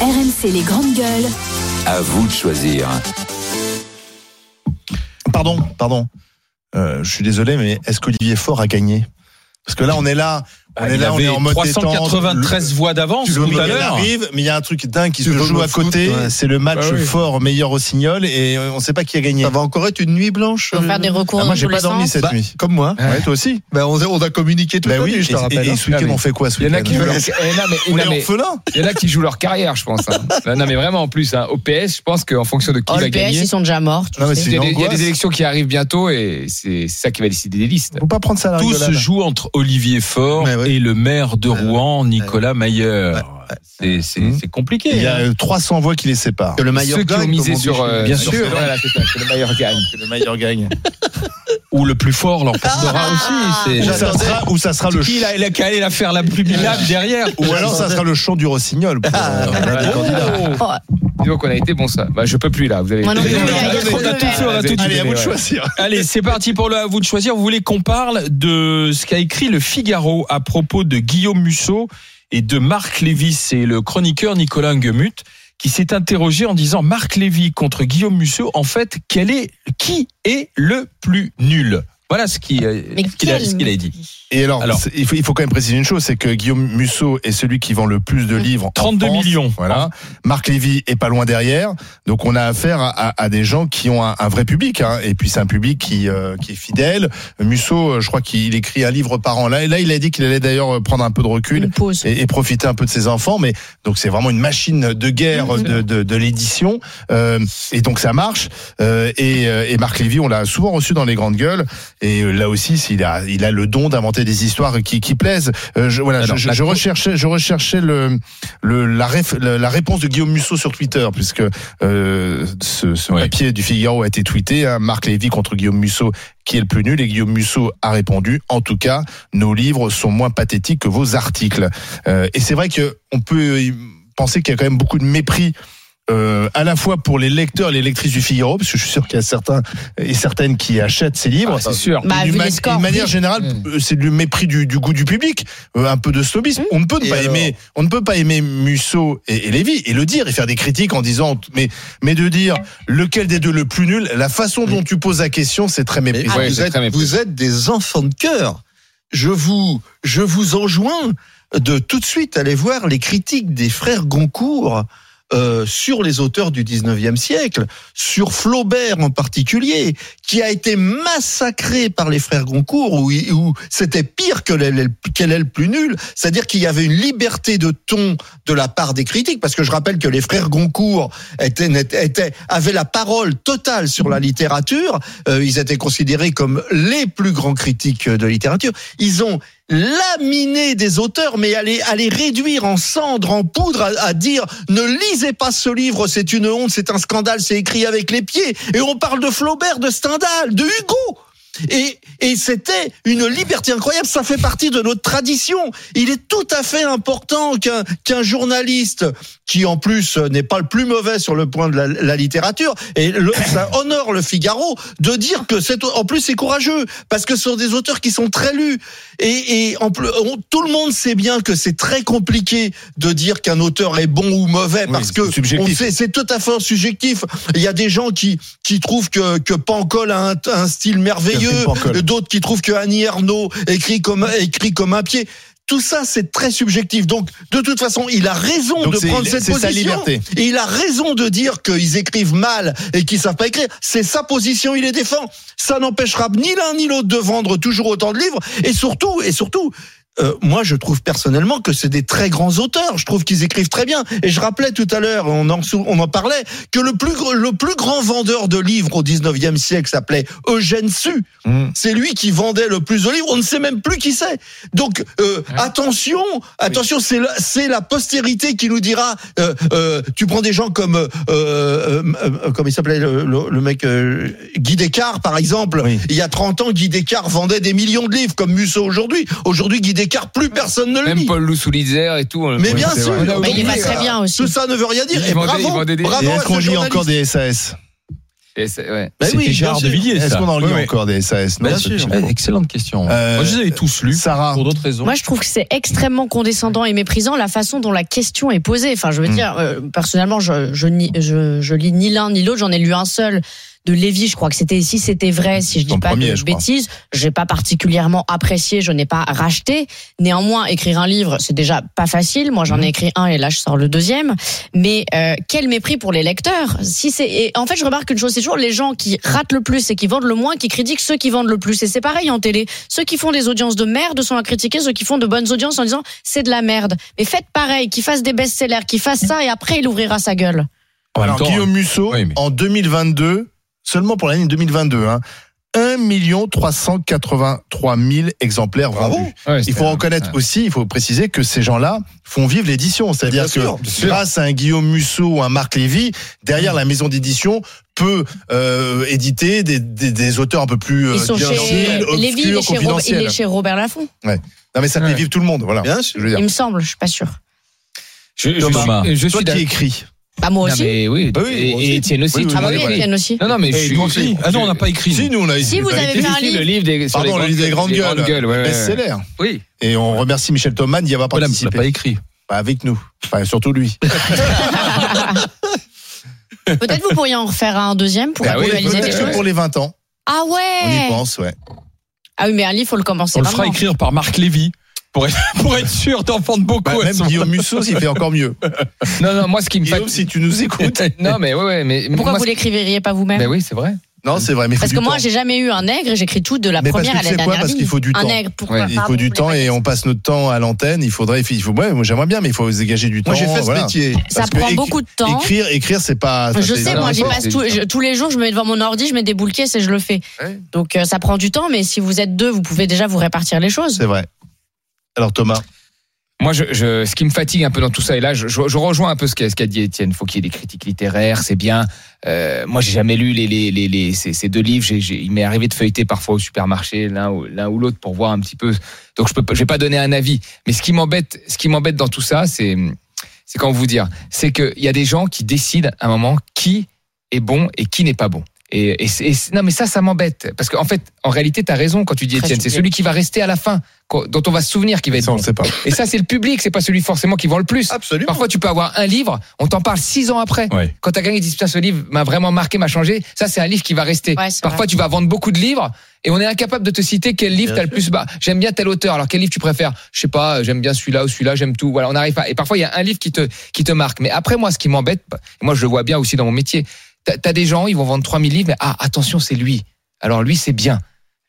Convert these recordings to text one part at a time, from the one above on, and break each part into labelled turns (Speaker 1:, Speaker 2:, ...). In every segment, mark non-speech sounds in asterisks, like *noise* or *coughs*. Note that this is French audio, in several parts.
Speaker 1: RMC les grandes gueules.
Speaker 2: À vous de choisir.
Speaker 3: Pardon, pardon. Euh, je suis désolé, mais est-ce qu'Olivier Faure a gagné Parce que là, on est là, on
Speaker 4: Ah,
Speaker 3: est
Speaker 4: il
Speaker 3: là, on
Speaker 4: avait
Speaker 3: est en mode détente.
Speaker 4: 393 voix d'avance
Speaker 3: Tu veux,
Speaker 4: tout à
Speaker 3: mais il
Speaker 4: l'heure.
Speaker 3: arrive, mais il y a un truc dingue qui
Speaker 5: Tu
Speaker 3: se
Speaker 5: veux
Speaker 3: joue
Speaker 5: le
Speaker 3: à
Speaker 5: foot,
Speaker 3: côté.
Speaker 5: ouais.
Speaker 3: C'est le match
Speaker 4: Bah oui.
Speaker 3: fort meilleur Rossignol et euh, on ne sait pas qui a gagné.
Speaker 5: Ça va encore être une nuit blanche.
Speaker 6: On va faire
Speaker 5: euh,
Speaker 6: des recours
Speaker 3: Ah,
Speaker 6: dans
Speaker 3: moi, j'ai
Speaker 6: tous
Speaker 3: pas
Speaker 6: les
Speaker 3: dormi
Speaker 6: sens.
Speaker 3: cette
Speaker 5: Bah,
Speaker 3: nuit.
Speaker 5: Comme moi.
Speaker 3: Ouais, toi aussi.
Speaker 5: Ben, on, on a communiqué toute
Speaker 3: Bah
Speaker 5: la
Speaker 3: oui.
Speaker 5: nuit, je te
Speaker 3: et-
Speaker 5: rappelle.
Speaker 3: et, et
Speaker 5: hein.
Speaker 3: ce week-end, on fait quoi ce
Speaker 7: Il y en a
Speaker 3: week-end
Speaker 7: qui veulent. Eh, non, mais- eh,
Speaker 3: On
Speaker 7: non,
Speaker 3: est
Speaker 7: mais-
Speaker 3: orphelin.
Speaker 7: il y en a qui jouent leur carrière, je pense. hein. Non, non, mais vraiment, en plus, hein, au PS, je pense qu'en fonction de qui
Speaker 6: Oh,
Speaker 7: va
Speaker 6: le PS,
Speaker 7: gagner,
Speaker 6: ils sont déjà morts. tu
Speaker 3: Non, mais
Speaker 6: sais.
Speaker 3: c'est
Speaker 7: il y,
Speaker 3: une
Speaker 7: a des, il y a
Speaker 3: angoisse.
Speaker 7: des élections qui arrivent bientôt et c'est c'est ça qui va décider des listes.
Speaker 3: Faut pas prendre ça à la
Speaker 4: Tout se
Speaker 3: rigolade.
Speaker 4: joue entre Olivier Faure
Speaker 5: Mais oui.
Speaker 4: et le maire de
Speaker 5: Ouais.
Speaker 4: Rouen, Nicolas Mayer. C'est- C'est
Speaker 3: Mhm.
Speaker 4: c'est
Speaker 3: Il
Speaker 4: compliqué.
Speaker 3: y a
Speaker 4: hein.
Speaker 3: euh, 300 voix qui les séparent.
Speaker 5: Que le meilleur
Speaker 7: Ceux qui
Speaker 5: gagne,
Speaker 7: ont
Speaker 5: comme
Speaker 7: misé
Speaker 5: on dit
Speaker 7: sur,
Speaker 5: chez nous.
Speaker 7: euh,
Speaker 4: Bien
Speaker 7: sur-
Speaker 4: sûr.
Speaker 7: voilà, c'est ça, que le meilleur gagne.
Speaker 3: Que le meilleur gagne. Ah.
Speaker 4: Ou le plus fort leur portera aussi.
Speaker 3: Ou
Speaker 4: c'est-
Speaker 3: ça sera, ou ça sera le.
Speaker 4: Qui il a, il a qu'à aller la faire la plus minable
Speaker 3: *laughs*
Speaker 4: derrière
Speaker 3: Ou alors ça sera le chant du Rossignol. pour, euh, l'un des candidats.
Speaker 4: Oh.
Speaker 1: Oh,
Speaker 7: Dis donc, on a été bon, ça. Bah, je peux plus, là. Vous avez
Speaker 6: Moi non plus,
Speaker 7: on a- on
Speaker 6: là,
Speaker 7: a-
Speaker 6: je
Speaker 7: on a
Speaker 6: peux
Speaker 7: tout
Speaker 6: plus.
Speaker 7: fait, on a tout dit.
Speaker 3: Allez, à vous de
Speaker 7: Ouais.
Speaker 3: choisir.
Speaker 4: Allez, c'est parti pour le à vous de choisir. Vous voulez qu'on parle de ce qu'a écrit le Figaro à propos de Guillaume Musso et de Marc Lévy. C'est le chroniqueur Nicolas Ngemut qui s'est interrogé en disant Marc Lévy contre Guillaume Musso, en fait, quel est, qui est le plus nul Voilà ce qui, euh,
Speaker 6: Mais
Speaker 4: ce qu'il a,
Speaker 6: quel-
Speaker 4: ce qu'il a dit.
Speaker 3: Et alors,
Speaker 4: Alors.
Speaker 3: c'est- il, faut, il faut quand même préciser une chose, c'est que Guillaume Musso est celui qui vend le plus de livres. en
Speaker 4: 32
Speaker 3: France.
Speaker 4: millions.
Speaker 3: Voilà. Marc Lévy est pas loin derrière. Donc on a affaire à, à- à des gens qui ont un, un vrai public. hein. Et puis c'est un public qui, euh, qui est fidèle. Musso, euh, je crois qu'il écrit un livre par an. Là, là il a dit qu'il allait d'ailleurs euh, prendre un peu de recul
Speaker 6: Une pause.
Speaker 3: et, et profiter un peu de ses enfants. Mais donc c'est vraiment une machine de guerre de, de, de l'édition. Euh, et donc ça marche. Euh, et, euh, et Marc Lévy, on l'a souvent reçu dans les grandes gueules. Et euh, là aussi, s'il a, il a le don d'inventer des histoires qui, qui plaisent. Euh, je, voilà,
Speaker 4: Alors,
Speaker 3: je, je-
Speaker 4: la
Speaker 3: je
Speaker 4: cour-
Speaker 3: recherchais, je recherchais le, le, la, réf- la- la réponse de Guillaume Musso sur Twitter, puisque euh, ce, ce
Speaker 4: Oui.
Speaker 3: papier du Figaro a été tweeté. hein, Marc Lévy contre Guillaume Musso, qui est le plus nul Et Guillaume Musso a répondu en tout cas, nos livres sont moins pathétiques que vos articles. Euh, et c'est vrai que on peut y penser qu'il y a quand même beaucoup de mépris. euh, à la fois pour les lecteurs et les lectrices du Figaro, parce que je suis sûr qu'il y a certains et certaines qui achètent ces livres.
Speaker 7: Ah, C'est Hmm. sûr.
Speaker 6: Bah,
Speaker 3: D'une
Speaker 6: vu
Speaker 3: ma-
Speaker 6: les scores,
Speaker 3: d'une manière
Speaker 6: oui.
Speaker 3: générale, euh, c'est du mépris du, du goût du public, euh, un peu de snobisme.
Speaker 7: Hmm.
Speaker 3: On ne peut ne
Speaker 5: Et
Speaker 3: pas
Speaker 5: alors
Speaker 3: aimer, on ne peut pas aimer Musso et, et Lévy et le dire et faire des critiques en disant, mais mais de dire lequel des deux le plus nul. La façon dont tu poses la question, c'est très
Speaker 5: Mais
Speaker 3: méprisant.
Speaker 7: ouais,
Speaker 5: vous,
Speaker 7: c'est
Speaker 5: êtes,
Speaker 7: très méprisant.
Speaker 5: vous êtes des enfants de cœur. Je vous, je vous enjoins de tout de suite aller voir les critiques des frères Goncourt euh, sur les auteurs du 19e siècle, sur Flaubert en particulier, qui a été massacré par les frères Goncourt, où, il- où c'était pire que l'aile le plus nul, c'est-à-dire qu'il y avait une liberté de ton de la part des critiques, parce que je rappelle que les frères Goncourt étaient, n'étaient- étaient- avaient la parole totale sur la littérature, euh, ils étaient considérés comme les plus grands critiques de littérature, ils ont laminé des auteurs, mais à les, à les réduire en cendres, en poudre, à, à dire ne lisez pas ce livre, c'est une honte, c'est un scandale, c'est écrit avec les pieds. Et on parle de Flaubert, de Stendhal, de Hugo. Et, et c'était une liberté incroyable, ça fait partie de notre tradition. Il est tout à fait important qu'un qu'un journaliste, qui en plus euh, n'est pas le plus mauvais sur le point de la, la littérature,
Speaker 3: *coughs*
Speaker 5: et le- ça honore le Figaro, de dire que c'est en plus c'est courageux, parce que ce sont des auteurs qui sont très lus. Et, et en plus, on- tout le monde sait bien que c'est très compliqué de dire qu'un auteur est bon ou mauvais,
Speaker 3: Oui,
Speaker 5: parce
Speaker 3: c'est
Speaker 5: que
Speaker 3: subjectif.
Speaker 5: on sait- c'est tout à fait subjectif. Il y a des gens qui, qui trouvent que, que Pancol a un, un style merveilleux,
Speaker 3: Pancol.
Speaker 5: d'autres qui trouvent que Annie Ernaux écrit comme, écrit comme un pied. Tout ça, c'est très subjectif. Donc, de toute façon, il a raison
Speaker 3: Donc,
Speaker 5: de
Speaker 3: c'est-
Speaker 5: prendre cette
Speaker 3: c'est
Speaker 5: position.
Speaker 3: sa liberté.
Speaker 5: Et il a raison de dire qu'ils écrivent mal et qu'ils savent pas écrire. C'est sa position, il les défend. Ça n'empêchera ni l'un ni l'autre de vendre toujours autant de livres. Et surtout, et surtout, euh, moi, je trouve personnellement que c'est des très grands auteurs. Je trouve qu'ils écrivent très bien. Et je rappelais tout à l'heure, on en, sou- on en parlait, que le plus, gr- le plus grand vendeur de livres au 19e siècle s'appelait Eugène Sue.
Speaker 7: Hmm.
Speaker 3: Mm.
Speaker 5: C'est lui qui vendait le plus de livres. On ne sait même plus qui c'est. Donc, euh,
Speaker 7: Hein
Speaker 5: attention, attention, c'est la, c'est la postérité qui nous dira, euh, euh, tu prends des gens comme, euh, euh, euh, comme il s'appelait le, le- le mec, euh, Guy Descartes, par exemple.
Speaker 3: Oui.
Speaker 5: Il y a 30 ans, Guy Descartes vendait des millions de livres comme Musso aujourd'hui. Aujourd'hui, Guy Descartes, plus personne ne le
Speaker 7: Même
Speaker 5: lit.
Speaker 7: Paul Loussoulizer et tout. on-
Speaker 5: Mais
Speaker 7: on-
Speaker 5: bien
Speaker 7: c'est
Speaker 5: sûr,
Speaker 7: vrai.
Speaker 5: mais
Speaker 6: Mais il est pas
Speaker 5: oublié,
Speaker 6: très
Speaker 5: ça.
Speaker 6: bien aussi.
Speaker 5: Tout ça ne veut rien dire.
Speaker 7: Il
Speaker 5: Et
Speaker 7: vendait- il
Speaker 5: bravo,
Speaker 7: vendait des-
Speaker 5: bravo
Speaker 3: Et
Speaker 5: à
Speaker 3: est-ce
Speaker 5: ce
Speaker 3: qu'on lit encore
Speaker 5: journaliste.
Speaker 3: des SAS
Speaker 7: Et c'est- ouais.
Speaker 5: Bah
Speaker 4: C'était
Speaker 5: oui, bien
Speaker 4: Gérard
Speaker 5: sûr.
Speaker 4: de Villiers,
Speaker 3: Est-ce
Speaker 4: ça.
Speaker 3: qu'on en lit
Speaker 4: Oui, oui.
Speaker 3: encore des SAS non,
Speaker 5: Bien
Speaker 3: ce
Speaker 5: sûr.
Speaker 3: petit
Speaker 4: Eh,
Speaker 3: moment
Speaker 4: Excellente question.
Speaker 3: Euh,
Speaker 4: Moi, je les avais tous lus.
Speaker 3: Sarah,
Speaker 4: Pour d'autres raisons.
Speaker 1: Moi, je trouve que c'est extrêmement condescendant et méprisant la façon dont la question est posée. Enfin, je veux
Speaker 3: Mm.
Speaker 1: dire, euh, personnellement, je, je, ni- je, je lis ni l'un ni l'autre. J'en ai lu un seul de Lévy. Je crois que c'était si c'était vrai, si je
Speaker 3: Ton
Speaker 1: dis pas
Speaker 3: premier,
Speaker 1: de
Speaker 3: je crois.
Speaker 1: bêtises. J'ai pas particulièrement apprécié. Je n'ai pas racheté. Néanmoins, écrire un livre, c'est déjà pas facile. Moi,
Speaker 3: Mhm.
Speaker 1: j'en ai écrit un et là, je sors le deuxième. Mais euh, quel mépris pour les lecteurs Si c'est et en fait, je remarque une chose, c'est toujours les gens qui ratent le plus et qui vendent le moins, qui critiquent ceux qui vendent le plus. Et c'est pareil en télé. Ceux qui font des audiences de merde sont à critiquer ceux qui font de bonnes audiences en disant c'est de la merde. Mais faites pareil, qu'ils fassent des best-sellers, qu'ils fassent ça et après il ouvrira sa gueule.
Speaker 4: En même
Speaker 3: Alors,
Speaker 4: temps, hein.
Speaker 3: Guillaume Musso,
Speaker 4: Oui, mais-
Speaker 3: en 2022, seulement pour l'année 2022, hein, 1 383 000 exemplaires
Speaker 5: Bravo.
Speaker 3: vendus.
Speaker 7: Ouais,
Speaker 3: Il
Speaker 7: c'était
Speaker 3: faut
Speaker 7: un-
Speaker 3: reconnaître aussi, il faut préciser que ces gens-là font vivre l'édition. C'est-à-dire
Speaker 5: Bien
Speaker 3: que
Speaker 5: sûr, bien sûr.
Speaker 3: grâce à un Guillaume Musso ou un Marc Lévy, derrière la maison d'édition peut euh, éditer des, des- des auteurs un peu plus euh,
Speaker 1: Ils sont
Speaker 3: bien
Speaker 1: chez
Speaker 3: utiles,
Speaker 1: Lévy, il
Speaker 3: obscurs,
Speaker 1: est chez, Ro- il
Speaker 3: confidentiels.
Speaker 1: est chez Robert Laffont,
Speaker 3: Non mais ça fait
Speaker 7: Ouais.
Speaker 3: vivre tout le monde, voilà.
Speaker 5: Bien
Speaker 3: Je
Speaker 5: sûr.
Speaker 3: veux dire.
Speaker 1: il me semble, je suis pas sûr.
Speaker 7: Je, je
Speaker 4: Thomas,
Speaker 7: suis, je
Speaker 3: Toi
Speaker 7: suis
Speaker 3: qui
Speaker 7: d'accord.
Speaker 3: écris.
Speaker 1: Bah moi
Speaker 7: Non,
Speaker 1: aussi.
Speaker 7: mais oui,
Speaker 5: Bah oui,
Speaker 7: et-
Speaker 5: moi
Speaker 7: et
Speaker 5: aussi.
Speaker 7: Étienne aussi.
Speaker 3: Oui,
Speaker 7: tout
Speaker 3: oui,
Speaker 7: le
Speaker 1: Ah bah
Speaker 7: monde
Speaker 1: oui,
Speaker 7: est-
Speaker 3: voilà.
Speaker 1: Étienne aussi.
Speaker 7: Non, non, mais je
Speaker 4: Eh,
Speaker 7: suis.
Speaker 4: nous aussi. Ah non, on n'a pas écrit. nous.
Speaker 3: Si nous on a
Speaker 1: Si,
Speaker 3: écrit.
Speaker 1: vous avez
Speaker 7: J'ai
Speaker 1: fait un
Speaker 7: écrit
Speaker 1: livre.
Speaker 7: le livre des, sur
Speaker 3: Pardon,
Speaker 7: les
Speaker 3: le livre des grandes
Speaker 7: les
Speaker 3: gueules.
Speaker 7: ouais, ouais, ouais.
Speaker 3: best-seller.
Speaker 7: Oui.
Speaker 3: Et on remercie Michel Thoman d'y avoir
Speaker 4: Voilà, mais on l'a
Speaker 3: participé.
Speaker 4: pas écrit.
Speaker 3: Bah, avec nous, enfin, surtout lui.
Speaker 1: Peut-être vous pourriez en refaire un deuxième pour
Speaker 7: Bah oui,
Speaker 1: actualiser des
Speaker 3: Peut-être que
Speaker 1: choses.
Speaker 3: pour les 20 ans,
Speaker 1: Ah
Speaker 3: on y
Speaker 1: ouais.
Speaker 3: pense, ouais.
Speaker 1: Ah oui, mais un livre faut le commencer
Speaker 4: On le
Speaker 1: maintenant.
Speaker 4: fera écrire par Marc Lévy pour être, *laughs* pour être sûr d'entendre beaucoup.
Speaker 3: Bah,
Speaker 4: à
Speaker 3: même
Speaker 4: son-
Speaker 3: Guillaume Musso, s'il fait encore mieux.
Speaker 7: Non, non, moi, ce qui me
Speaker 3: Guillaume,
Speaker 7: fatigue.
Speaker 3: si tu nous écoutes.
Speaker 7: Non, mais ouais, ouais, mais.
Speaker 1: Pourquoi
Speaker 7: moi,
Speaker 1: vous
Speaker 7: ce-
Speaker 1: l'écriveriez pas
Speaker 7: Ben
Speaker 3: Bah
Speaker 1: vous-même
Speaker 7: oui, c'est vrai.
Speaker 3: Non, c'est vrai, mais il faut
Speaker 1: Parce
Speaker 3: du
Speaker 1: que moi,
Speaker 3: temps.
Speaker 1: j'ai jamais eu un nègre et j'écris tout de la
Speaker 3: Mais parce
Speaker 1: première
Speaker 3: que
Speaker 1: à
Speaker 3: tu
Speaker 1: la
Speaker 3: sais quoi,
Speaker 1: dernière
Speaker 3: parce
Speaker 1: ligne.
Speaker 3: qu'il faut du
Speaker 1: un
Speaker 3: temps.
Speaker 1: nègre, pourquoi
Speaker 7: Ouais.
Speaker 3: Il
Speaker 1: Pardon,
Speaker 3: faut du
Speaker 1: vous
Speaker 3: temps
Speaker 1: l'avez
Speaker 3: et
Speaker 1: pas
Speaker 3: on
Speaker 1: dit.
Speaker 3: passe notre temps à l'antenne. Il faudrait, il faut, ouais, moi j'aimerais bien, mais il faut se dégager du temps.
Speaker 5: Moi, j'ai fait ce
Speaker 3: voilà.
Speaker 5: métier.
Speaker 1: Ça
Speaker 3: parce que
Speaker 1: prend
Speaker 3: écri-
Speaker 1: beaucoup de temps.
Speaker 3: Écrire, écrire, c'est pas. ça
Speaker 1: Je
Speaker 3: fait-
Speaker 1: sais,
Speaker 7: Non,
Speaker 1: moi,
Speaker 7: non,
Speaker 1: j'y
Speaker 7: c'est-
Speaker 1: passe
Speaker 7: c'est
Speaker 1: tous,
Speaker 7: du
Speaker 1: je-
Speaker 7: temps.
Speaker 1: tous les jours, je me mets devant mon ordi, je mets des boules caisses et je le fais.
Speaker 3: Ouais.
Speaker 1: Donc, euh, ça prend du temps, mais si vous êtes deux, vous pouvez déjà vous répartir les choses.
Speaker 3: C'est vrai. Alors Thomas,
Speaker 7: Moi, je, je- ce qui me fatigue un peu dans tout ça, et là, je, je- je rejoins un peu ce qu'a ce qu'a dit Étienne. faut qu'il y ait des critiques littéraires, c'est bien. Euh, moi, j'ai jamais lu les, les, les, les- ces, ces deux livres. J'ai- j'ai- il m'est arrivé de feuilleter parfois au supermarché, l'un ou l'un ou l'autre, pour voir un petit peu. Donc, je peux, pas- je vais pas donner un avis. Mais ce qui m'embête, ce qui m'embête dans tout ça, c'est, c'est quand vous dire, c'est qu'il y a des gens qui décident à un moment qui est bon et qui n'est pas bon. Et, et c'est- et c'est- non, mais ça, ça m'embête parce qu'en fait, en réalité, t'as raison quand tu dis
Speaker 1: Très
Speaker 7: Étienne. C'est
Speaker 1: subjectif.
Speaker 7: celui qui va rester à la fin, qu'on- dont on va se souvenir qui va être
Speaker 3: ça on
Speaker 7: bon.
Speaker 3: le sait pas.
Speaker 7: Et ça, c'est le public, c'est pas celui forcément qui vend le plus.
Speaker 5: Absolument.
Speaker 7: Parfois, tu peux avoir un livre, on t'en parle six ans après.
Speaker 4: Ouais.
Speaker 7: Quand t'as gagné, tu dis putain, ce livre m'a vraiment marqué, m'a changé. Ça, c'est un livre qui va rester.
Speaker 1: Ouais, c'est
Speaker 7: Parfois,
Speaker 1: vrai.
Speaker 7: tu vas vendre beaucoup de livres et on est incapable de te citer quel livre t'as le plus bas. J'aime bien tel auteur. Alors, quel livre tu préfères Je sais pas, j'aime bien celui-là ou celui-là, j'aime tout. Voilà, on n'arrive pas. Et parfois, il y a un livre qui te, qui te marque. Mais après, moi, ce qui m'embête, bah, et moi, je le vois bien aussi dans mon métier, t'as t'as des gens, ils vont vendre 3000 livres, mais ah, attention, c'est lui. Alors, lui, c'est bien.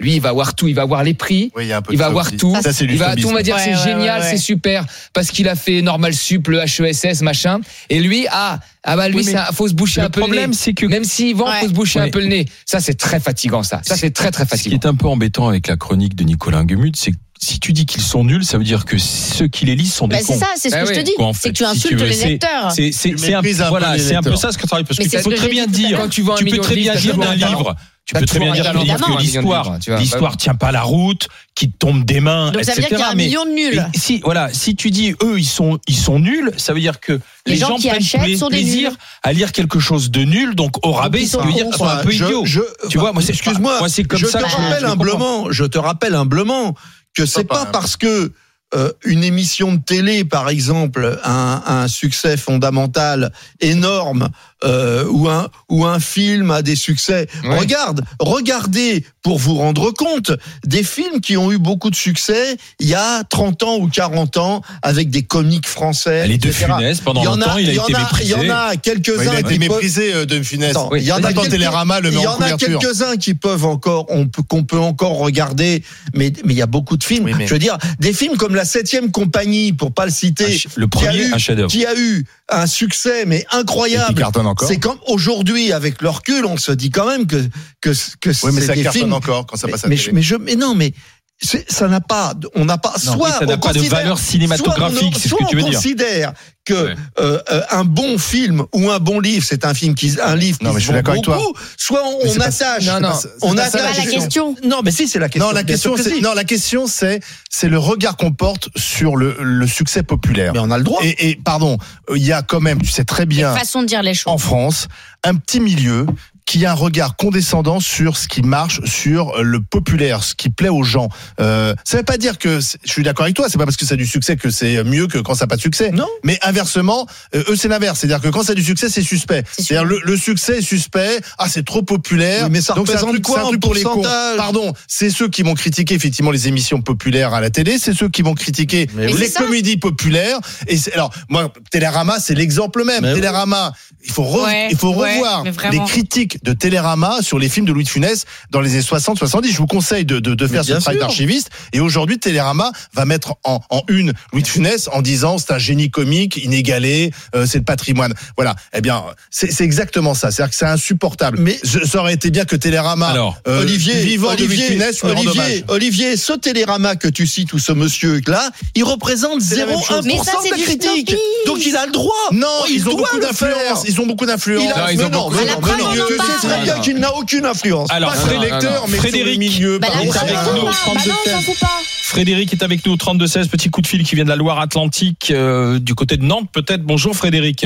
Speaker 7: Lui, il va voir tout, il va voir les prix,
Speaker 3: Oui, il y a un peu.
Speaker 7: il
Speaker 3: de
Speaker 7: va
Speaker 3: ça
Speaker 7: avoir
Speaker 3: aussi.
Speaker 7: tout.
Speaker 3: Ça c'est du
Speaker 7: Il va, tout, on va dire
Speaker 1: Ouais,
Speaker 7: c'est
Speaker 1: ouais,
Speaker 7: génial,
Speaker 1: ouais, ouais.
Speaker 7: c'est super, parce qu'il a fait normal sup, le HESS, machin. Et lui, ah, ah bah lui,
Speaker 4: Oui, mais
Speaker 7: ça, faut se boucher
Speaker 4: Le
Speaker 7: un peu le nez.
Speaker 4: problème, c'est que
Speaker 7: Même s'il vend,
Speaker 1: Ouais.
Speaker 7: faut se boucher
Speaker 4: Ouais.
Speaker 7: un peu le nez. Ça, c'est très fatigant, ça. Ça, c'est très, très
Speaker 4: ce qui
Speaker 7: fatigant.
Speaker 4: est un peu embêtant avec la chronique de Nicolas Ingemut, c'est que si tu dis qu'ils sont nuls, ça veut dire que ceux qui les lisent sont
Speaker 1: Bah,
Speaker 4: des
Speaker 1: c'est
Speaker 4: cons.
Speaker 1: ça, c'est ce
Speaker 7: Bah
Speaker 1: que je
Speaker 7: oui.
Speaker 1: te dis.
Speaker 4: Quoi, en
Speaker 1: c'est
Speaker 4: fait,
Speaker 1: que tu
Speaker 4: si tu
Speaker 1: insultes
Speaker 4: veux,
Speaker 1: les
Speaker 4: c'est-
Speaker 1: lecteurs.
Speaker 4: C'est c'est-
Speaker 3: Tu
Speaker 4: c'est un,
Speaker 3: maîtrises un peu
Speaker 4: voilà,
Speaker 3: les
Speaker 4: c'est un peu
Speaker 3: lecteurs.
Speaker 4: ça ce que tu arrives parce
Speaker 1: Mais
Speaker 4: que
Speaker 1: c'est
Speaker 4: tu
Speaker 1: ce
Speaker 4: peux
Speaker 1: que
Speaker 4: très
Speaker 1: j'ai
Speaker 4: bien
Speaker 1: dit tout à
Speaker 4: dire
Speaker 1: l'heure.
Speaker 7: Quand tu vends un
Speaker 4: tu peux
Speaker 7: million
Speaker 4: très
Speaker 7: de livres,
Speaker 4: bien
Speaker 7: t'as
Speaker 4: dire
Speaker 7: toujours
Speaker 4: d'un
Speaker 7: un talent.
Speaker 4: livre. Tu
Speaker 7: T'as
Speaker 4: peux très bien
Speaker 7: toujours un
Speaker 4: dire
Speaker 7: talent
Speaker 4: d'un livre
Speaker 7: d'avant,
Speaker 4: que
Speaker 7: un million de
Speaker 4: l'histoire,
Speaker 7: livres, tu vois.
Speaker 4: l'histoire tient pas la route, qui te tombe des mains,
Speaker 1: Donc, ça
Speaker 4: etc.
Speaker 1: veut dire qu'il y a un
Speaker 4: mais
Speaker 1: million de
Speaker 4: mais
Speaker 1: nuls.
Speaker 4: si voilà, si tu dis eux ils sont ils sont nuls, ça veut dire que les,
Speaker 1: Les gens qui
Speaker 4: prennent
Speaker 1: achètent
Speaker 4: pla-
Speaker 1: sont des
Speaker 4: plaisir
Speaker 1: nuls.
Speaker 4: à lire quelque chose de nul, donc au rabais,
Speaker 1: ils
Speaker 4: ça
Speaker 1: sont
Speaker 4: veut dire
Speaker 1: cons,
Speaker 4: qu'ils sont un
Speaker 5: Enfin,
Speaker 4: peu
Speaker 5: je-
Speaker 4: idiots.
Speaker 5: je-
Speaker 4: Tu vois, moi, c'est-
Speaker 5: excuse-moi.
Speaker 4: moi, c'est comme
Speaker 5: je
Speaker 4: ça
Speaker 5: te
Speaker 4: que je-
Speaker 5: rappelle
Speaker 4: je comprends.
Speaker 5: humblement, je te rappelle humblement que c'est
Speaker 3: Papa,
Speaker 5: pas
Speaker 3: hein.
Speaker 5: parce que euh, une émission de télé, par exemple, a un, un succès fondamental énorme, euh, ou un ou un film a des succès.
Speaker 7: Ouais.
Speaker 5: Regarde, regardez pour vous rendre compte des films qui ont eu beaucoup de succès il y a 30 ans ou 40 ans avec des comiques français.
Speaker 4: Les deux
Speaker 5: etc.
Speaker 4: funès pendant
Speaker 5: Il y en
Speaker 4: longtemps, il a
Speaker 5: il y en
Speaker 4: été méprisé.
Speaker 5: Il y en a
Speaker 3: Ouais, il
Speaker 5: quelques-uns
Speaker 3: a été
Speaker 5: qui peuvent-
Speaker 3: méprisé euh, de finesse.
Speaker 5: Attends,
Speaker 7: Oui.
Speaker 5: il y en a
Speaker 7: Attends,
Speaker 3: Pourtant
Speaker 5: quelques-
Speaker 3: Télérama le
Speaker 5: il
Speaker 3: met
Speaker 5: y
Speaker 3: en
Speaker 5: en a
Speaker 3: couverture.
Speaker 5: quelques-uns qui peuvent encore, on peut, qu'on peut encore regarder, mais mais il y a beaucoup de films.
Speaker 3: Oui, mais-
Speaker 5: Je veux dire, des films comme La Septième Compagnie, pour pas le
Speaker 3: Ah,
Speaker 4: Un
Speaker 5: citer,
Speaker 4: ch- le
Speaker 5: qui a
Speaker 4: premier
Speaker 5: eu-
Speaker 4: un chef-d'œuvre.
Speaker 5: qui a eu un succès mais
Speaker 3: Et qui
Speaker 5: incroyable.
Speaker 3: cartonne encore.
Speaker 5: C'est comme aujourd'hui, avec le recul, on se dit quand même que que que
Speaker 3: Oui, mais
Speaker 5: c'est
Speaker 3: ça
Speaker 5: des
Speaker 3: cartonne
Speaker 5: films.
Speaker 3: encore quand ça
Speaker 5: mais,
Speaker 3: passe à
Speaker 5: mais
Speaker 3: la
Speaker 5: je,
Speaker 3: télé.
Speaker 5: mais je, mais non, mais c'est- ça n'a pas, on n'a pas,
Speaker 4: Non,
Speaker 5: soit
Speaker 4: mais ça n'a
Speaker 5: on
Speaker 4: pas de
Speaker 5: considère-
Speaker 4: valeur
Speaker 5: Soit
Speaker 4: cinématographique,
Speaker 5: on-
Speaker 4: c'est ce
Speaker 5: soit
Speaker 4: que tu veux
Speaker 5: on
Speaker 4: dire.
Speaker 5: considère que
Speaker 7: Ouais.
Speaker 5: euh, euh, un bon film ou un bon livre, c'est un film qui un livre qui
Speaker 3: Non, mais
Speaker 5: se
Speaker 3: je suis
Speaker 5: vend
Speaker 3: d'accord avec toi.
Speaker 5: beaucoup, soit on,
Speaker 3: Mais c'est
Speaker 5: on
Speaker 3: pas-
Speaker 5: attache.
Speaker 7: Non, non.
Speaker 3: C'est pas-
Speaker 5: on
Speaker 3: c'est pas
Speaker 5: attache.
Speaker 3: ça,
Speaker 1: Pas la question.
Speaker 5: Non, mais si c'est la question.
Speaker 3: Non, la
Speaker 5: bien sûr
Speaker 3: question, c'est,
Speaker 5: que si.
Speaker 3: non, la question, c'est, c'est le regard qu'on porte sur le, le succès populaire.
Speaker 5: Mais on a le droit.
Speaker 3: Et, et, pardon, il y a quand même, tu sais très
Speaker 1: Une
Speaker 3: bien,
Speaker 1: façon de dire les choses.
Speaker 3: en France, un petit milieu qui a un regard condescendant sur ce qui marche, sur le populaire, ce qui plaît aux gens. Euh, ça veut pas dire que c'est- je suis d'accord avec toi. C'est pas parce que ça a du succès que c'est mieux que quand ça n'a pas de succès.
Speaker 5: Non.
Speaker 3: Mais inversement, euh, eux c'est l'inverse. C'est-à-dire que quand ça a du succès, c'est suspect.
Speaker 1: C'est
Speaker 3: C'est-à-dire le, le succès est suspect. Ah, c'est trop populaire.
Speaker 5: Oui, mais ça
Speaker 3: Donc c'est un
Speaker 5: représente
Speaker 3: truc,
Speaker 5: quoi
Speaker 3: c'est un
Speaker 5: en
Speaker 3: truc pour les cons.
Speaker 5: pourcentage
Speaker 3: Pardon, c'est ceux qui vont critiquer effectivement les émissions populaires à la télé. C'est ceux qui vont critiquer
Speaker 5: Mais
Speaker 1: oui. Mais
Speaker 3: les
Speaker 1: c'est ça.
Speaker 3: comédies populaires. Et c'est- alors moi, Télérama, c'est l'exemple même.
Speaker 5: Mais oui.
Speaker 3: Télérama, il faut re-
Speaker 1: Ouais,
Speaker 3: il faut
Speaker 1: ouais,
Speaker 3: revoir
Speaker 1: mais
Speaker 3: les
Speaker 1: vraiment.
Speaker 3: critiques de Télérama sur les films de Louis de Funès dans les années 60-70. Je vous conseille de, de, de faire ce
Speaker 5: bien
Speaker 3: travail
Speaker 5: sûr.
Speaker 3: d'archiviste. Et aujourd'hui, Télérama va mettre en, en une Louis de Funès en disant c'est un génie comique, inégalé, euh, c'est le patrimoine. Voilà. Eh bien, c'est c'est exactement ça. C'est-à-dire que c'est insupportable.
Speaker 5: Mais-
Speaker 3: Je- ça aurait été bien que Télérama,
Speaker 4: Alors,
Speaker 3: euh,
Speaker 5: Olivier,
Speaker 3: vivant de Louis de
Speaker 5: Olivier,
Speaker 3: Funès, lui rende hommage.
Speaker 5: Olivier, Olivier, ce télérama que tu cites ou ce monsieur là, il représente
Speaker 3: C'est la même chose.
Speaker 5: 0,1%
Speaker 1: Mais ça, c'est
Speaker 5: de la
Speaker 1: du
Speaker 5: critique.
Speaker 1: snobisme.
Speaker 5: Donc il a le droit.
Speaker 3: Non,
Speaker 5: Oh, Il
Speaker 3: ils ont
Speaker 5: doit
Speaker 3: beaucoup
Speaker 5: le faire.
Speaker 3: d'influence. Ils ont beaucoup d'influence.
Speaker 5: Il a-
Speaker 7: Non,
Speaker 5: mais
Speaker 7: ils ont
Speaker 5: non,
Speaker 7: beaucoup
Speaker 5: mais
Speaker 1: la
Speaker 5: non,
Speaker 1: preuve,
Speaker 5: mais non.
Speaker 1: on en
Speaker 5: Tu
Speaker 1: parle.
Speaker 5: sais très bien qu'il n'a aucune influence.
Speaker 4: Alors,
Speaker 3: Pas sur les
Speaker 4: Frédéric,
Speaker 3: lecteurs, mais sur le
Speaker 4: Frédéric,
Speaker 3: milieu,
Speaker 1: Bah,
Speaker 3: par
Speaker 1: la
Speaker 4: est
Speaker 3: exemple.
Speaker 1: preuve,
Speaker 4: avec
Speaker 1: on en
Speaker 4: nous au
Speaker 1: parle. Bah non,
Speaker 4: 32.
Speaker 1: on s'en fout pas.
Speaker 4: Frédéric est avec nous au 32-16. Petit coup de fil qui vient de la Loire-Atlantique, euh, du côté de Nantes peut-être. Bonjour Frédéric.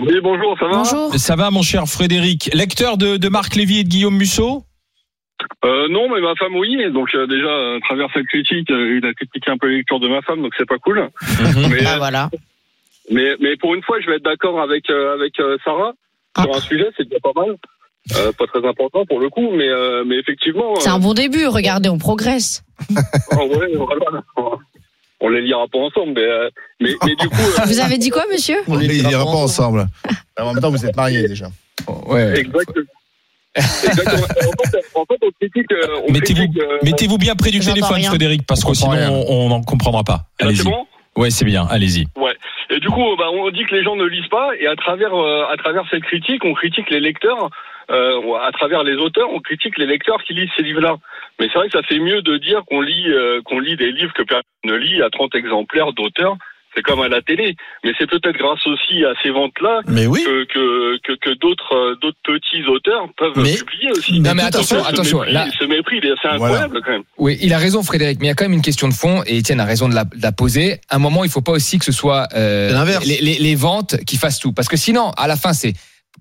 Speaker 6: Oui, bonjour, ça va
Speaker 1: Bonjour.
Speaker 4: Ça va mon cher Frédéric Lecteur de, de Marc Lévy et de Guillaume Musso
Speaker 6: euh, Non, mais ma femme, oui. Donc euh, déjà, euh, à travers cette critique, euh, il a critiqué un peu les lectures de ma femme, donc c'est pas cool. Mais,
Speaker 1: Bah voilà.
Speaker 6: mais, mais pour une fois, je vais être d'accord avec, euh, avec euh, Sarah sur un sujet, c'est déjà pas mal. Euh, pas très important pour le coup, mais, euh, mais effectivement,
Speaker 1: C'est un bon début. Regardez, on progresse.
Speaker 6: euh, en vrai, voilà. *laughs* on les lira pas ensemble, mais, euh, mais, mais du coup... euh,
Speaker 1: *laughs* Vous avez dit quoi, monsieur
Speaker 3: On les lira pas ensemble.
Speaker 5: *laughs*
Speaker 3: En même temps, vous êtes mariés déjà.
Speaker 7: Ouais.
Speaker 6: Exactement. Exactement. En fait, en fait, on critique... euh, on
Speaker 4: Mettez-vous-
Speaker 6: critique, euh,
Speaker 4: Mettez-vous bien près du
Speaker 1: J'entends
Speaker 4: téléphone
Speaker 1: rien.
Speaker 4: Frédéric, parce
Speaker 3: On
Speaker 4: que
Speaker 3: comprend rien.
Speaker 4: sinon on n'en comprendra pas.
Speaker 6: là,
Speaker 4: Allez-y.
Speaker 6: Ah, Eh ben, c'est bon
Speaker 4: Ouais, c'est bien, allez-y.
Speaker 6: Et du coup, bah, on dit que les gens ne lisent pas, et à travers, euh, à travers cette critique, on critique les lecteurs, euh, ou à travers les auteurs, on critique les lecteurs qui lisent ces livres-là. Mais c'est vrai que ça fait mieux de dire qu'on lit, euh, qu'on lit des livres que personne ne lit à 30 exemplaires d'auteurs. C'est comme à la télé. Mais c'est peut-être grâce aussi à ces ventes-là
Speaker 5: Mais oui.
Speaker 6: que, que, que, que d'autres, euh, d'autres petits auteurs peuvent
Speaker 5: Mais-
Speaker 6: publier aussi.
Speaker 7: Non mais
Speaker 5: Tout à
Speaker 7: attention,
Speaker 6: Donc, ce
Speaker 7: attention.
Speaker 6: mépris-
Speaker 7: Là,
Speaker 6: Ce mépris, il est assez
Speaker 3: Voilà.
Speaker 6: incroyable quand même.
Speaker 7: Oui, il a raison Frédéric, mais il y a quand même une question de fond et Étienne a raison de la, de la poser. À un moment, il faut pas aussi que ce soit euh,
Speaker 5: C'est l'inverse.
Speaker 7: les, les- les ventes qui fassent tout, parce que sinon, à la fin, c'est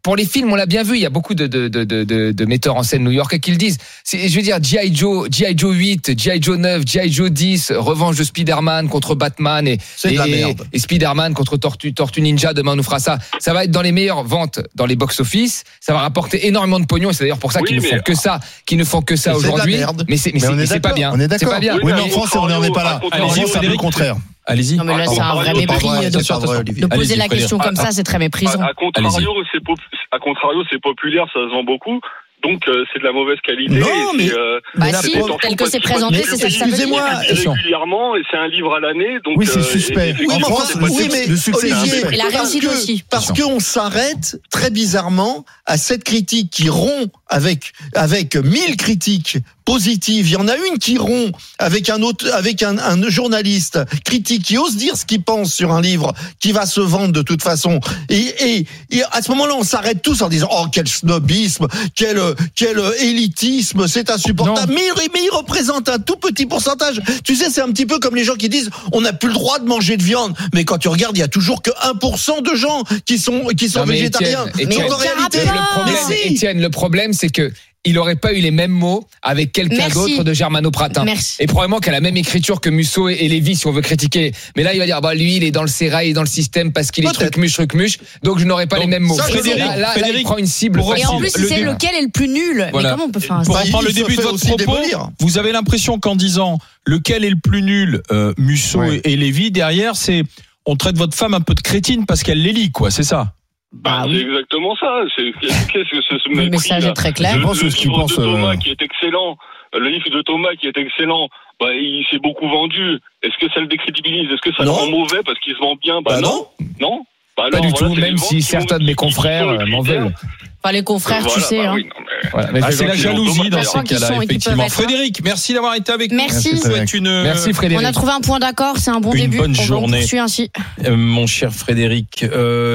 Speaker 7: pour les films, on l'a bien vu, il y a beaucoup de, de, de, de, de- de metteurs en scène new-yorkais qui le disent. C'est- Je veux dire, G.I. Joe, G.I. Joe 8, G.I. Joe 9, G.I. Joe 10, Revanche de Spider-Man contre Batman et,
Speaker 5: C'est de la
Speaker 7: et-
Speaker 5: merde.
Speaker 7: et Spider-Man contre Tortue, Tortue Ninja, demain on nous fera ça. Ça va être dans les meilleures ventes dans les box-office, ça va rapporter énormément de pognon et c'est d'ailleurs pour ça
Speaker 6: Oui,
Speaker 7: qu'ils ne
Speaker 6: mais-
Speaker 7: font que ça, qu'ils ne font que ça
Speaker 5: C'est de la
Speaker 7: aujourd'hui.
Speaker 5: merde.
Speaker 7: Mais c'est mais
Speaker 3: Mais
Speaker 7: c'est-
Speaker 3: on
Speaker 7: mais
Speaker 3: est
Speaker 7: c'est pas
Speaker 3: d'accord,
Speaker 7: bien.
Speaker 3: on est
Speaker 7: C'est
Speaker 3: d'accord.
Speaker 7: pas bien.
Speaker 6: Oui,
Speaker 3: Oui, mais
Speaker 6: mais
Speaker 3: en
Speaker 6: au
Speaker 3: France, on n'en est pas là.
Speaker 6: contraire,
Speaker 3: En
Speaker 4: Allez-y,
Speaker 3: France, c'est un peu le
Speaker 4: Frédéric.
Speaker 3: contraire.
Speaker 4: Allez-y.
Speaker 1: Non, mais là,
Speaker 6: Ah,
Speaker 1: c'est un
Speaker 6: pardon,
Speaker 1: vrai
Speaker 6: pardon,
Speaker 1: mépris
Speaker 5: pardon,
Speaker 1: euh, de,
Speaker 5: c'est pas vrai, Olivier.
Speaker 1: de poser
Speaker 4: Allez-y,
Speaker 1: la question
Speaker 4: Frédéric.
Speaker 1: comme ça. C'est très méprisant.
Speaker 6: À, à contrario, c'est pop- à contrario, c'est populaire, ça se vend beaucoup. Donc euh, c'est de la mauvaise qualité.
Speaker 5: Non,
Speaker 6: et
Speaker 5: mais-
Speaker 6: c'est, euh,
Speaker 1: Bah
Speaker 5: Mais la
Speaker 1: si,
Speaker 5: preuve-
Speaker 1: tel que c'est présenté,
Speaker 5: Mais
Speaker 1: c'est ça que ça veut
Speaker 5: excusez-moi,
Speaker 1: dire.
Speaker 5: attention.
Speaker 6: régulièrement et c'est un livre à l'année. donc,
Speaker 3: Oui, c'est
Speaker 6: euh,
Speaker 3: suspect.
Speaker 6: et- et-
Speaker 5: Oui,
Speaker 3: En
Speaker 5: mais
Speaker 3: France,
Speaker 5: enfin,
Speaker 3: le
Speaker 5: oui,
Speaker 3: succès-
Speaker 5: mais
Speaker 3: le succès est
Speaker 5: Olivier,
Speaker 3: suspect.
Speaker 1: Et la
Speaker 5: parce
Speaker 1: réussite
Speaker 5: que-
Speaker 1: aussi.
Speaker 5: Parce qu'on s'arrête très bizarrement à cette critique qui rompt avec avec mille critiques positives. Il y en a une qui rompt avec un autre, avec un, un journaliste critique qui ose dire ce qu'il pense sur un livre qui va se vendre de toute façon. Et, et, et à ce moment-là, on s'arrête tous en disant oh quel snobisme, quel euh, quel euh, élitisme, c'est insupportable. Mais, il- mais il représente un tout petit pourcentage. Tu sais, c'est un petit peu comme les gens qui disent on n'a plus le droit de manger de viande. Mais quand tu regardes, il y a toujours que 1% de gens qui sont qui sont
Speaker 7: Non, mais
Speaker 5: végétariens.
Speaker 7: Étienne,
Speaker 5: Donc,
Speaker 7: Étienne,
Speaker 5: en réalité,
Speaker 1: Mais
Speaker 7: Le problème,
Speaker 5: mais si.
Speaker 7: Étienne, le problème, c'est que il aurait pas eu les mêmes mots avec quelqu'un
Speaker 1: Merci.
Speaker 7: d'autre de Germano Pratin.
Speaker 1: Merci.
Speaker 7: Et probablement qu'elle a la même écriture que Musso et, et Lévy, si on veut critiquer. Mais là, il va dire, bah, lui, il est dans le sérail, il est dans le système parce qu'il est
Speaker 5: Peut-être.
Speaker 7: truc-muche, truc-muche. Donc, je n'aurais pas
Speaker 4: Donc,
Speaker 7: les mêmes mots.
Speaker 5: ça, je
Speaker 7: Là,
Speaker 5: sais.
Speaker 7: là, là, il
Speaker 4: Frédéric,
Speaker 7: prend une cible.
Speaker 4: pour
Speaker 1: Et en
Speaker 7: facile.
Speaker 1: plus,
Speaker 4: Le
Speaker 1: c'est
Speaker 4: dé-
Speaker 1: lequel est le plus nul. Mais
Speaker 4: Voilà.
Speaker 1: comment on peut faire
Speaker 4: Pour
Speaker 1: ça
Speaker 4: reprendre le
Speaker 5: se
Speaker 4: début de
Speaker 5: fait
Speaker 4: votre
Speaker 5: aussi
Speaker 4: propos, Bah
Speaker 5: démolir.
Speaker 4: vous avez l'impression qu'en disant lequel est le plus nul, euh, Musso
Speaker 3: Ouais.
Speaker 4: et et Lévy, derrière, c'est on traite votre femme un peu de crétine parce qu'elle les lit, quoi, c'est ça
Speaker 6: bah, c'est exactement ça. C'est qu'est-ce que ce, ce
Speaker 1: Le
Speaker 6: mépris,
Speaker 1: message
Speaker 6: là
Speaker 1: est très clair.
Speaker 6: Le,
Speaker 3: Je pense
Speaker 6: le
Speaker 3: que ce qu'il
Speaker 6: livre
Speaker 3: pense,
Speaker 6: de Thomas
Speaker 3: euh,
Speaker 6: qui est excellent, euh, le livre de Thomas qui est excellent, bah, il s'est beaucoup vendu. Est-ce que ça le décrédibilise Est-ce que ça
Speaker 5: Non.
Speaker 6: le rend mauvais parce qu'il se vend bien
Speaker 5: Bah non.
Speaker 6: non. Bah
Speaker 7: Pas
Speaker 6: alors,
Speaker 7: du
Speaker 6: voilà,
Speaker 7: tout,
Speaker 6: c'est les
Speaker 7: même
Speaker 6: ventes
Speaker 7: si
Speaker 6: qui vont-
Speaker 7: certains de mes
Speaker 6: qui- qui sont
Speaker 7: confrères
Speaker 6: le
Speaker 7: euh, m'en
Speaker 6: critère.
Speaker 7: veulent.
Speaker 1: Enfin, les confrères, tu
Speaker 6: Voilà,
Speaker 1: sais.
Speaker 6: bah
Speaker 1: hein.
Speaker 6: oui, non, mais-
Speaker 7: Voilà. Mais
Speaker 4: Ah,
Speaker 7: je-
Speaker 4: C'est la
Speaker 6: qu'ils ont
Speaker 4: jalousie dans
Speaker 6: dommage.
Speaker 4: ces
Speaker 1: Qu'ils
Speaker 4: cas-là,
Speaker 1: sont et qu'ils
Speaker 4: effectivement.
Speaker 1: peuvent être, hein.
Speaker 4: Frédéric, merci d'avoir été avec nous.
Speaker 1: Merci.
Speaker 4: Je vous souhaite une,
Speaker 7: Merci, Frédéric.
Speaker 1: On a trouvé un point d'accord, c'est un bon
Speaker 4: Une
Speaker 1: début.
Speaker 4: bonne
Speaker 1: On va en
Speaker 4: journée.
Speaker 1: poursuivre ainsi.
Speaker 4: euh, mon cher Frédéric. Euh,